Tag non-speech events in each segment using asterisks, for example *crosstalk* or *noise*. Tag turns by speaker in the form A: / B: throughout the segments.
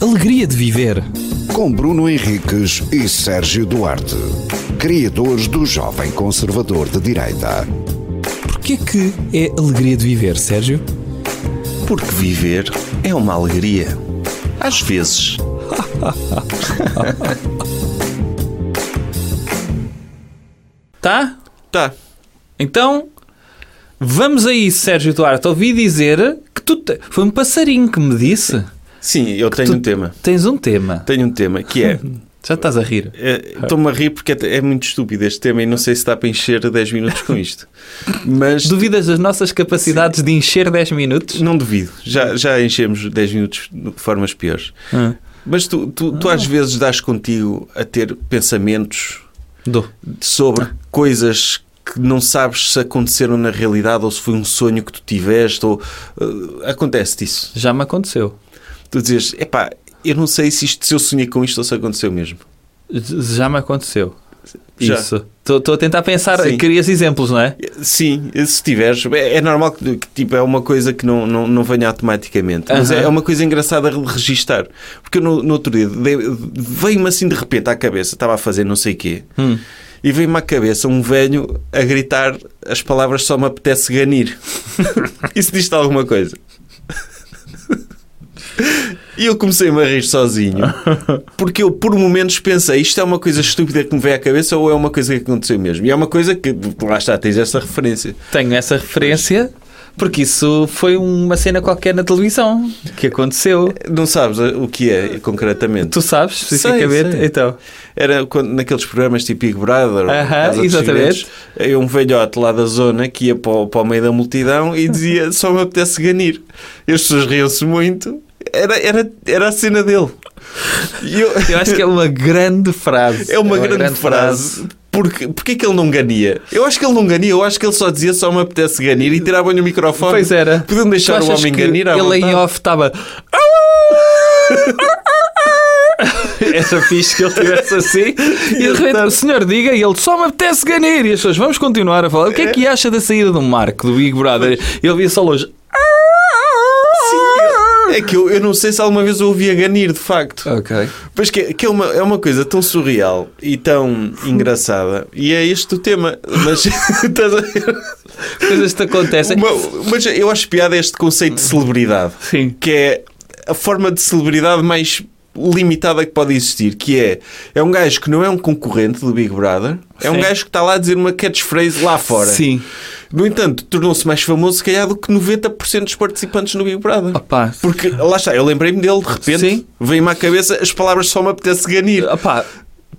A: alegria de viver.
B: Com Bruno Henriques e Sérgio Duarte, criadores do Jovem Conservador de Direita.
A: Porquê que é alegria de viver, Sérgio?
C: Porque viver é uma alegria. Às vezes.
D: *laughs* Tá?
C: Tá.
D: Então, vamos aí, Sérgio Duarte. Ouvi dizer que tu. te- Foi um passarinho que me disse.
C: Sim, eu tenho um tema.
D: Tens um tema.
C: Tenho um tema que é.
D: Já estás a rir.
C: eh, Estou-me a rir porque é é muito estúpido este tema e não sei se dá para encher 10 minutos com isto. Mas
D: Duvidas das nossas capacidades de encher 10 minutos?
C: não duvido. Já, já enchemos 10 minutos de formas piores.
D: Ah,
C: Mas tu, tu, tu às vezes dás contigo a ter pensamentos
D: dou.
C: sobre coisas que não sabes se aconteceram na realidade ou se foi um sonho que tu tiveste ou eh, acontece-te isso.
D: Já me aconteceu.
C: Tu dizes, epá, eu não sei se, isto, se eu sonhei com isto ou se aconteceu mesmo.
D: Z- Já me aconteceu.
C: Já.
D: Isso. Estou a tentar pensar.
C: Sim.
D: Querias exemplos, não é?
C: Sim, se tiveres, é, é normal que, que, tipo, é uma coisa que não, não, não venha automaticamente, mas
D: Aham.
C: é, é uma coisa engraçada de registar. Porque eu no, no outro dia dei- veio-me assim de repente à cabeça, estava a fazer não sei o quê,
D: Hum.
C: e veio-me à cabeça um velho a gritar as palavras só me apetece ganir. *laughs* Isso diz-te alguma coisa. E eu comecei-me a rir sozinho, porque eu por momentos pensei, isto é uma coisa estúpida que me veio à cabeça ou é uma coisa que aconteceu mesmo? E é uma coisa que, lá está, tens essa referência.
D: Tenho essa referência porque isso foi uma cena qualquer na televisão que aconteceu.
C: Não sabes eh, o que é concretamente.
D: Ah. Tu sabes
C: Sei,
D: especificamente?
C: sei.
D: Então,
C: Era quando, naqueles programas tipo Big Brother, ou
D: Aham,
C: Casa dos
D: exatamente.
C: Segredos, eh, um velhote lá da zona que ia para o, para o meio da multidão
D: *laughs*
C: e dizia só me apetece ganir. E as pessoas riam-se muito. Era, era, era a cena dele. E eu-
D: eu
C: *laughs*
D: acho que é uma grande frase.
C: é uma grande, frase. Porque, porque é que ele não gania? Eu acho que ele não gania, eu acho que ele só dizia só me apetece ganir e tiravam-lhe o microfone.
D: Pois era.
C: Podiam deixar
D: Tu
C: o
D: achas
C: homem
D: que
C: ganir à
D: Ele
C: vontade.
D: em off estava. Era fixe que ele estivesse assim. E de repente o senhor diga e ele só me apetece ganhar. E as pessoas, vamos continuar a falar. O que é que acha da saída do Marco, do Big Brother? Ele via só longe.
C: Sim, eu- é que eu, eu não sei se alguma vez eu ouvia ganir, de facto.
D: Ok.
C: Pois que, que é, uma, é uma coisa tão surreal e tão engraçada. E é este o tema. Mas, *laughs* estás a ver?
D: Coisas que te acontecem.
C: Uma- mas eu acho piada este conceito de celebridade.
D: Sim.
C: Que é a forma de celebridade mais limitada que pode existir. Que é, é um gajo que não é um concorrente do Big Brother. É um
D: Sim.
C: gajo que está lá a dizer uma catchphrase lá fora.
D: Sim.
C: No entanto, tornou-se mais famoso, se calhar, do que 90% dos participantes no Big Brother.
D: Opa.
C: Porque, lá está, eu lembrei-me dele,
D: Sim.
C: de
D: Ah.
C: repente, veio-me à cabeça as palavras só me apetece ganir.
D: Opa.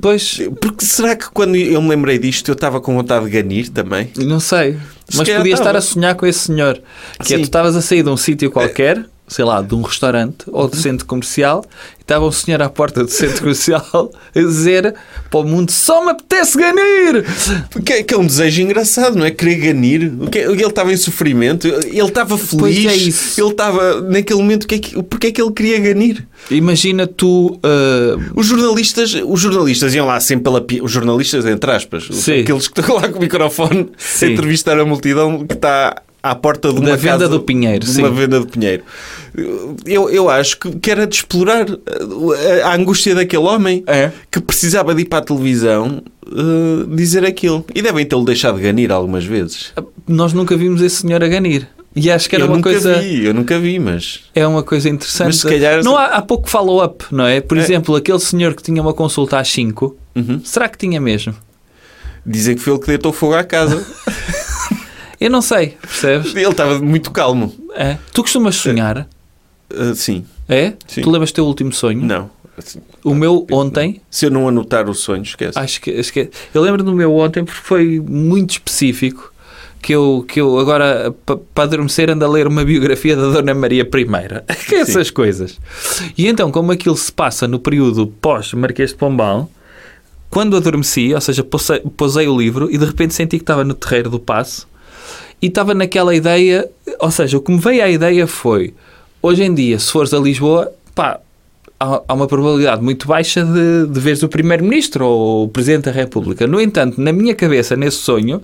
D: Pois.
C: Porque será que quando eu me lembrei disto eu estava com vontade de ganir também?
D: Não sei.
C: Se
D: Mas
C: calhar
D: podias
C: estava.
D: estar a sonhar com esse senhor. Que é,
C: tá, Sim. É.
D: tu estavas a sair de um sítio qualquer, sei lá, de um restaurante ou
C: Uhum.
D: de centro comercial, e estava um senhor à porta do centro comercial *laughs* a dizer para o mundo: só me apetece ganhar!
C: Porque é, que é um desejo engraçado, não é? Querer ganir. O que é- Ele estava em sofrimento, ele estava feliz.
D: é isso.
C: Ele estava, naquele momento, o que é que- porque é que ele queria ganir?
D: Imagina tu. ah,
C: Os jornalistas, os jornalistas iam lá sempre pela pi- Os jornalistas, entre aspas, os-
D: Sim.
C: aqueles que estão lá com o microfone a
D: Sim.
C: entrevistar a multidão que está à porta de uma
D: Da venda
C: casa-
D: do Pinheiro,
C: de uma
D: sim.
C: venda do Pinheiro. Eu, eu acho que, que era de explorar uh, a, a angústia daquele homem
D: É.
C: que precisava de ir para a televisão uh, dizer aquilo. E devem tê-lo deixado ganir algumas vezes.
D: nós nunca vimos esse senhor a ganhar. E acho que era
C: eu
D: uma
C: nunca
D: coisa.
C: vi, eu nunca vi, mas
D: É uma coisa interessante.
C: Mas se calhar-
D: Não há, há pouco follow-up, não é? Por exemplo, aquele senhor que tinha uma consulta às 5, será que tinha mesmo?
C: dizem uhum. que foi ele que deitou fogo
D: *laughs*
C: à casa.
D: Eu não sei, percebes?
C: ele estava muito calmo.
D: É. Tu costumas sonhar?
C: Uh, sim,
D: É?
C: Sim.
D: Tu lembras do teu último sonho?
C: não. Assim,
D: O meu ontem,
C: Se eu não anotar o sonho, esquece.
D: acho que, acho que- eu lembro do meu ontem porque foi muito específico que eu, que eu agora pa- para adormecer ando a ler uma biografia da Dona Maria *laughs* I. Que é essas coisas. E então, como aquilo se passa no período pós Marquês de Pombal, quando adormeci, ou seja, posei, posei o livro e de repente senti que estava no terreiro do passo e estava naquela ideia, ou seja, o que me veio à ideia foi, hoje em dia, se fores a Lisboa, pá, há, há uma probabilidade muito baixa de, de veres o Primeiro-Ministro ou o Presidente da República. No entanto, na minha cabeça, nesse sonho,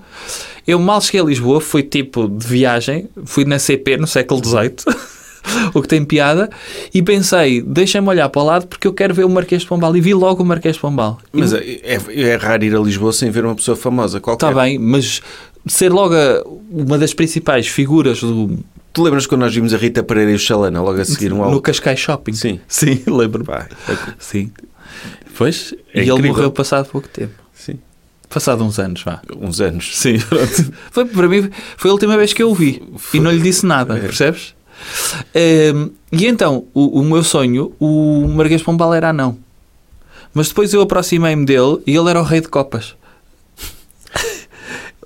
D: eu mal cheguei a Lisboa, fui tipo de viagem, fui na CP no século XVIII... *laughs* o que tem piada, e pensei, deixa-me olhar para o lado porque eu quero ver o Marquês de Pombal. E vi logo o Marquês de Pombal.
C: Mas é, é- é raro ir a Lisboa sem ver uma pessoa famosa qualquer.
D: Está Tá bem, mas ser logo a- uma das principais figuras do,
C: Tu lembras quando nós vimos a Rita Pereira e o Xalana logo a seguir um
D: no
C: álbum?
D: Cascais Shopping?
C: Sim.
D: *laughs* Sim, lembro-me.
C: Pá, é-
D: Sim. Pois, e
C: é
D: ele
C: incrível.
D: morreu passado pouco tempo.
C: Sim.
D: Passado uns anos, vá.
C: Uns anos.
D: Sim, pronto. *laughs* Foi, para mim, foi a última vez que eu o vi e não lhe disse
C: É.
D: nada, percebes? Ehm, e então, o, o meu sonho, o Marquês de Pombal era anão. Mas depois eu aproximei-me dele e ele era o rei de copas.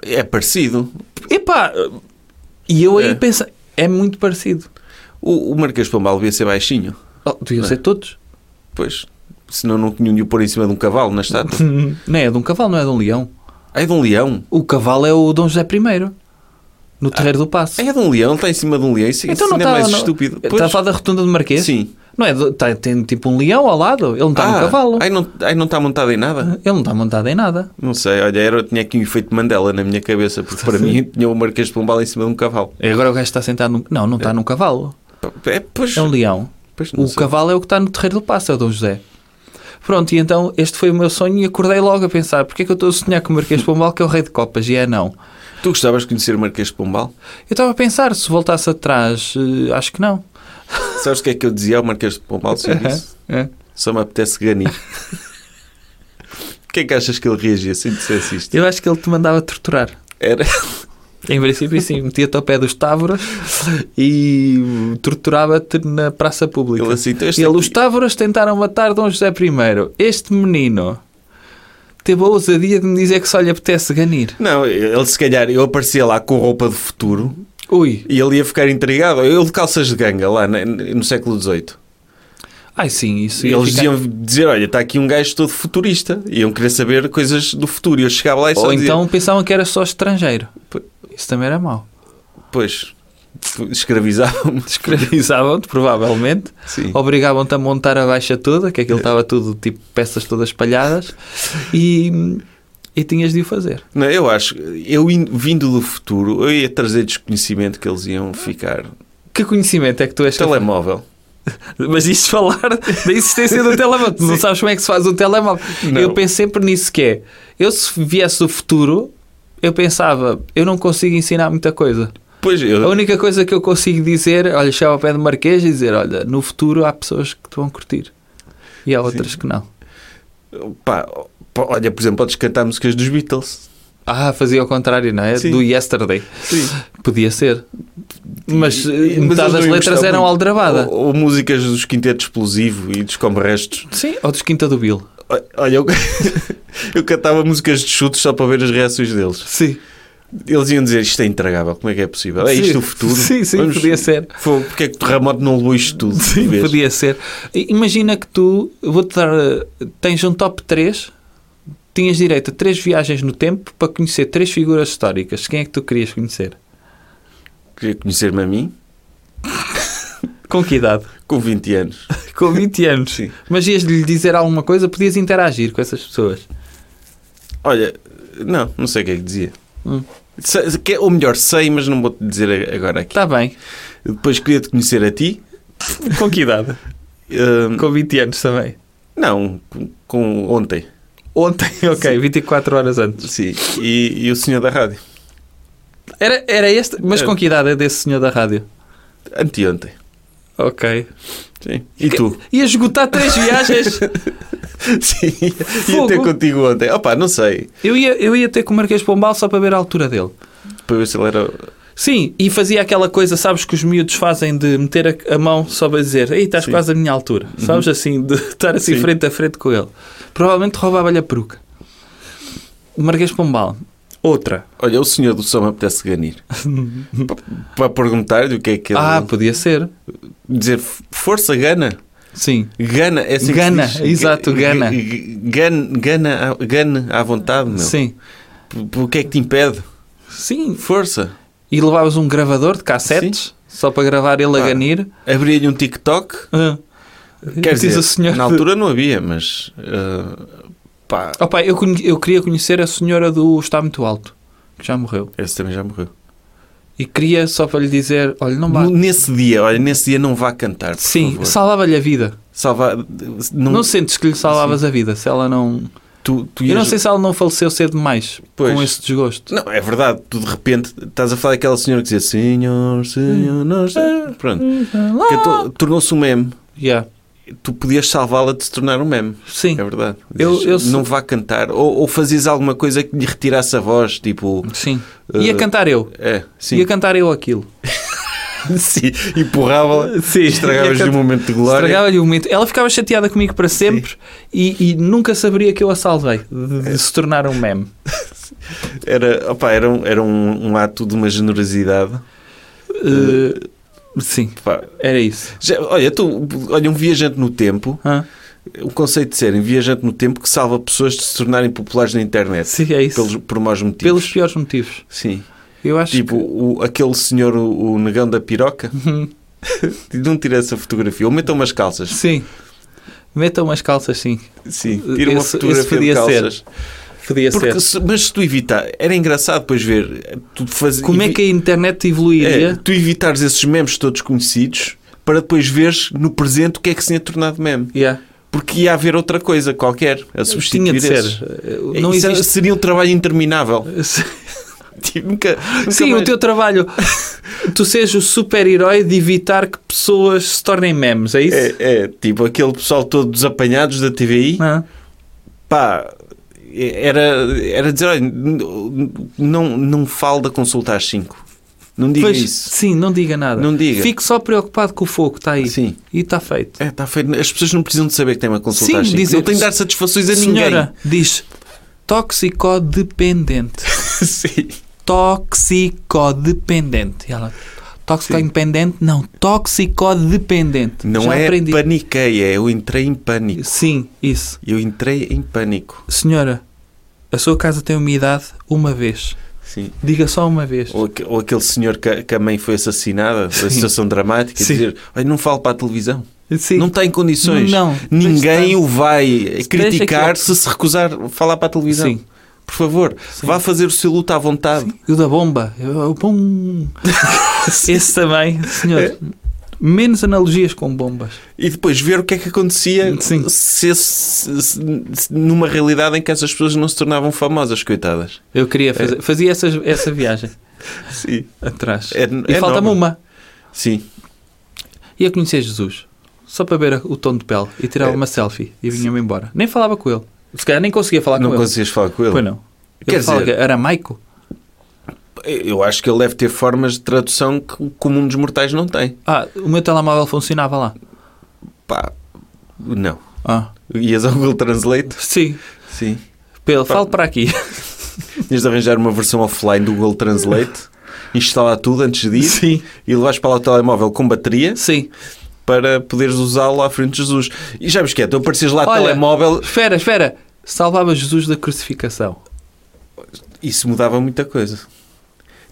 C: É parecido.
D: Epá! E eu aí
C: É.
D: pensei, é muito parecido.
C: O, o Marquês de Pombal devia ser baixinho.
D: Oh,
C: é?
D: deviam ser todos. *laughs*
C: Pois. Senão não tinham de o pôr em cima de um cavalo na estátua.
D: Não é de um cavalo, não é de um leão.
C: Ah, é de um leão.
D: O cavalo é o Dom José I, no Terreiro do Passo.
C: Ah, É de um leão, está em cima de um leão. Isso, então não ainda é
D: tá-
C: mais
D: não-
C: estúpido.
D: Está a falar da rotunda do Marquês?
C: Sim.
D: Não é? do- tá- tem tipo um leão ao lado. Ele não está
C: ah,
D: no cavalo.
C: Aí não, aí não está montado em nada?
D: Ele não está montado em nada.
C: Não sei, olha, era, tinha aqui um efeito Mandela na minha cabeça,
D: *laughs*
C: porque para mim tinha o Marquês de Pombal em cima de um cavalo.
D: E Agora o gajo está sentado num... Não, não está num cavalo.
C: É, pois,
D: É um leão.
C: pois não
D: O
C: sei.
D: cavalo é o que está no terreiro do passo, é o Dom José. Pronto, e então este foi o meu sonho e acordei logo a pensar porque é que eu estou a sonhar com o Marquês de Pombal que é o rei de copas e é não.
C: Tu gostavas de conhecer o Marquês de Pombal?
D: Eu estava a pensar, se voltasse atrás, eh, acho que não.
C: Sabes o que é que eu dizia ao Marquês de Pombal sobre isso?
D: É.
C: Só me apetece
D: *laughs*
C: ganir. O que é que achas que ele reagia se lhe dissesse isto?
D: Eu acho que ele te mandava torturar.
C: Era...
D: Em princípio, sim, metia-te ao pé dos távoras e torturava-te na praça pública.
C: Ele assim, então este
D: Ele,
C: aqui-
D: os távoras tentaram matar Dom José I. Este menino teve a ousadia de me dizer que só lhe apetece ganir.
C: Não, ele se calhar, eu aparecia lá com roupa do futuro
D: Ui,
C: e ele ia ficar intrigado. Eu de calças de ganga lá na- no século XVIII.
D: ai sim, isso. ia
C: Eles
D: ficar-
C: iam dizer, olha, está aqui um gajo todo futurista. Iam querer saber coisas do futuro. E eu chegava lá e só
D: Ou
C: dizia,
D: então pensavam que era só estrangeiro.
C: P-
D: Isso também era mau.
C: pois, escravizavam-me.
D: Escravizavam-te, provavelmente.
C: Sim.
D: Obrigavam-te a montar a baixa toda, que aquilo estava tudo, tipo, peças todas espalhadas. E, e tinhas de o fazer.
C: Não, eu acho, eu in- vindo do futuro, eu ia trazer desconhecimento que eles iam ficar.
D: Que conhecimento é que tu és capaz-
C: Telemóvel.
D: Mas isto falar da existência do telemóvel. Tu não sabes como é que se faz um telemóvel.
C: Não.
D: Eu penso sempre nisso que é. Eu se viesse do futuro, eu pensava, eu não consigo ensinar muita coisa.
C: Pois,
D: A
C: eu,
D: única coisa que eu consigo dizer, olha, chegar ao pé do Marquês e dizer, olha, no futuro há pessoas que te vão curtir. E há outras que não.
C: pá, pá, olha, por exemplo, podes cantar músicas dos Beatles.
D: Ah, fazia ao contrário, não é?
C: Sim.
D: Do Yesterday.
C: Sim.
D: Podia ser. Mas eh, metade
C: Mas eles não
D: das
C: iam
D: letras
C: gostar
D: eram
C: muito. Oh,
D: aldrabada.
C: Ou, ou músicas dos Quinteto Explosivo e dos Como Restos.
D: Sim, ou dos Quinta do Bill.
C: O- Olha, eu, *laughs* eu cantava músicas de chutes só para ver as reações deles.
D: Sim.
C: Eles iam dizer isto é intragável, como é que é possível? É
D: Sim.
C: isto o futuro?
D: Sim, sim, podia ser.
C: Fogo, Porque é que o terremoto não levou isto tudo?
D: Sim,
C: Vês?
D: podia ser. I- Imagina que tu, vou-te dar, eh, tens um top 3, tinhas direito a 3 viagens no tempo para conhecer três figuras históricas. Quem é que tu querias conhecer?
C: Queria conhecer-me a mim
D: Com que idade?
C: com 20 anos.
D: Com 20 anos.
C: Sim.
D: Mas ias lhe dizer alguma coisa, podias interagir com essas pessoas.
C: Olha, não, não sei o que é que dizia.
D: Hum.
C: Se- que- ou melhor, sei, mas não vou-te dizer a- agora aqui.
D: Está Tá bem.
C: Depois queria-te conhecer a ti.
D: Com que idade?
C: Hum,
D: Com 20 anos também.
C: Não, com, com ontem.
D: Ontem, *laughs* ok, 24 horas antes.
C: Sim. E, e o senhor da rádio.
D: Era, era este, mas com que idade é desse senhor da rádio?
C: Anteontem.
D: Ok.
C: Sim. E
D: *laughs*
C: tu?
D: Ia esgotar três viagens. *laughs*
C: *laughs* Sim.
D: Fogo.
C: Ia ter contigo ontem. Opa, não sei.
D: Eu ia, eu ia ter com o Marquês de Pombal só para ver a altura dele.
C: Para ver se ele era.
D: Sim, e fazia aquela coisa, sabes, que os miúdos fazem de meter a, a mão só para dizer Ei, estás quase à minha altura. Sabes, assim, de *laughs* estar assim
C: Uhum. Sim.
D: frente a frente com ele. Provavelmente roubava-lhe a peruca. Marquês de Pombal. Outra.
C: Olha, o senhor do som me apetece
D: *laughs*
C: ganir. para, para perguntar-lhe o que é que ele.
D: Ah, podia ser.
C: dizer f- força, gana.
D: Sim.
C: Gana, é assim que se
D: Gana,
C: diz.
D: exato,
C: Ga-
D: gana.
C: ga- Gana, gana, à- gana à vontade, meu.
D: Sim.
C: P- p- O que é que te impede?
D: Sim.
C: Força.
D: E levavas um gravador de cassetes só para gravar ele a
C: Ah.
D: ganir.
C: Abri-lhe um TikTok.
D: Ah.
C: Quer
D: Diz
C: dizer,
D: o senhor
C: na
D: de-
C: altura não havia, mas... ah, pá,
D: Oh, pá, eu, conhe- eu queria conhecer a senhora do Está Muito Alto, que já morreu.
C: esse também já morreu.
D: E queria só para lhe dizer: olha, não vá.
C: Nesse dia, olha, nesse dia não vá cantar, por
D: Sim,
C: favor.
D: salvava-lhe a vida.
C: Salva... Não,
D: Não sentes que lhe salvavas a vida se ela não.
C: tu, tu
D: Eu não
C: ias-
D: sei se ela não faleceu cedo demais
C: Pois.
D: com esse desgosto.
C: Não, é verdade. Tu, de repente, estás a falar daquela senhora que dizia Senhor, Senhor, nós...
D: Hum.
C: Pronto. Que to- Tornou-se um meme.
D: Yeah.
C: Tu podias salvá-la de se tornar um meme.
D: Sim.
C: É verdade.
D: Eu-
C: Dizes,
D: eu sou-
C: Não vá cantar. Ou, ou fazias alguma coisa que lhe retirasse a voz, tipo...
D: Sim.
C: Eh,
D: Ia cantar eu.
C: É, sim.
D: Ia cantar eu aquilo.
C: *laughs* Sim,
D: *laughs*
C: empurrava-la,
D: Sim,
C: estragavas-lhe
D: ia
C: um
D: cantar-
C: momento de glória.
D: Estragava-lhe o momento. Ela ficava chateada comigo para sempre e, e nunca saberia que eu a salvei de,
C: É.
D: de se tornar um meme.
C: Era, opá, era, um, era um, um ato de uma generosidade. Uh,
D: Eh, sim,
C: Pá,
D: era isso.
C: já- olha, tu, olha, um viajante no tempo,
D: Hã?
C: o conceito de serem viajante no tempo que salva pessoas de se tornarem populares na internet.
D: Sim, é isso.
C: Pelos, por maus motivos.
D: Pelos piores motivos.
C: Sim.
D: Eu acho
C: Tipo, o, aquele senhor, o, o negão da piroca,
D: Uhum.
C: *laughs* não tira essa fotografia. Ou metam umas
D: que.
C: calças.
D: Sim. Metam umas calças, sim.
C: Sim, tira uma
D: Eh, Esse- esse
C: fotografia de
D: podia ser. é
C: calças.
D: Podia
C: Porque
D: ser.
C: se- mas se tu evitar, era engraçado depois ver. eh, Tu faz,
D: Como é
C: evi-
D: que a internet
C: É,
D: evoluiria?
C: tu evitares esses memes todos conhecidos para depois veres no presente o que é que se tinha tornado meme.
D: Yeah.
C: Porque ia haver outra coisa qualquer a substituir
D: Tinha de ser.
C: esses.
D: Eh, Não
C: Isso era-
D: existe.
C: Seria um
D: *laughs*
C: trabalho interminável. Tipo, nunca, nunca
D: Sim,
C: mais-
D: o teu
C: *laughs*
D: trabalho. tu sejas o super-herói de evitar que pessoas se tornem memes, é isso?
C: É, é, tipo aquele pessoal todo desapanhados da TVI.
D: Hã?
C: Pá, era, era dizer: olha, n- não, não fale da consulta às 5. Não diga
D: Pois,
C: isso.
D: Sim, não diga nada.
C: Não diga.
D: Fico só preocupado com o fogo, está aí.
C: Sim.
D: E está feito.
C: É, tá feito. As pessoas não precisam de saber que tem uma consulta
D: Sim,
C: às 5.
D: dizer-
C: Não tem de dar satisfações a *laughs*
D: Senhora, diz toxicodependente.
C: ninguém. Sim.
D: Toxicodependente. E ela, toxicodependente? Não, toxicodependente.
C: Não
D: Já
C: é
D: aprendi.
C: paniquei, é eu entrei em pânico.
D: Sim, isso.
C: Eu entrei em pânico.
D: Senhora, a sua casa tem umidade uma vez.
C: Sim.
D: Diga só uma vez.
C: Ou, aque- ou aquele senhor que, a- que a mãe foi assassinada, da situação dramática, e
D: Sim.
C: dizer: Olha, não fale para a televisão.
D: Sim.
C: Não está em condições.
D: Não.
C: Ninguém
D: Deixa-
C: o vai
D: Deixa
C: criticar
D: quieto.
C: se se recusar a falar para a televisão.
D: Sim.
C: Por favor, vá fazer o seu luto à vontade.
D: E o da bomba. Eu- pum. *laughs* Esse também, senhor. Menos analogias com bombas.
C: E depois ver o que é que acontecia
D: Sim.
C: se esse- se- se- numa realidade em que essas pessoas não se tornavam famosas, coitadas.
D: Eu queria fazer. Fazia essas, essa viagem *laughs*
C: Sim.
D: atrás.
C: É-
D: e
C: é
D: falta-me
C: nobre.
D: uma.
C: Sim.
D: Ia conhecer Jesus. Só para ver o tom de pele. E tirava uma selfie. E vinha-me embora. Nem falava com ele. Se calhar nem conseguia falar
C: Não
D: com
C: conseguias falar com ele.
D: ele. Pois não.
C: Quer
D: ele fala
C: dizer-
D: que era maico.
C: Eu acho que ele deve ter formas de tradução que o comum dos mortais não tem.
D: Ah, o meu telemóvel funcionava lá.
C: Pá, não.
D: Ah,
C: Ias ao Google Translate?
D: sim.
C: Sim.
D: Pelo, falo para aqui.
C: Ias de arranjar uma versão offline do Google Translate, instalar tudo antes de ir
D: *laughs* Sim.
C: e levares para lá o telemóvel com bateria
D: Sim.
C: para poderes usá-lo à frente de Jesus. E já me esquece, tu apareces lá
D: Olha.
C: telemóvel,
D: Espera, espera. Salvava Jesus da crucificação.
C: isso mudava muita coisa.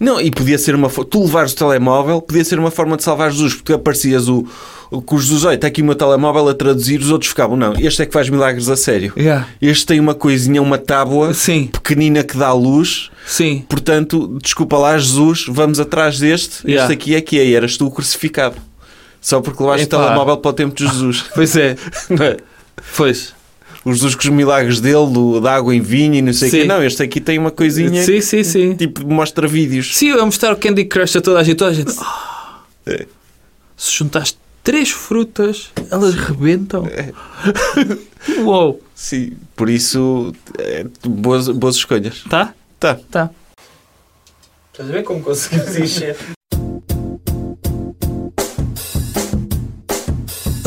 C: Não, e podia ser uma forma. Tu levares o telemóvel, podia ser uma forma de salvar Jesus, porque aparecias o, o, com o Jesus, olha, está aqui o meu telemóvel a traduzir, os outros ficavam, não, este é que faz milagres a sério.
D: Yeah.
C: Este tem uma coisinha, uma tábua
D: Sim.
C: pequenina que dá luz.
D: Sim.
C: Portanto, desculpa lá, Jesus, vamos atrás deste.
D: Yeah.
C: Este aqui é que é. E eras tu o crucificado. Só porque levaste o
D: Epá.
C: telemóvel para o tempo de Jesus.
D: Pois é.
C: Não é?
D: Pois.
C: o Jesus com os milagres dele, do, da água em vinho e não sei o quê.
D: Sim.
C: Não, este aqui tem uma coisinha
D: Sim, sim, sim.
C: que, tipo mostra vídeos.
D: Sim, eu mostrar o Candy Crush a toda a gente. Toda a gente... "Ah, Se juntares três frutas, elas rebentam. Uou,
C: Sim. Por isso, é, boas, boas escolhas.
D: tá?
C: Tá.
D: Tá. Estás a ver como conseguimos encher?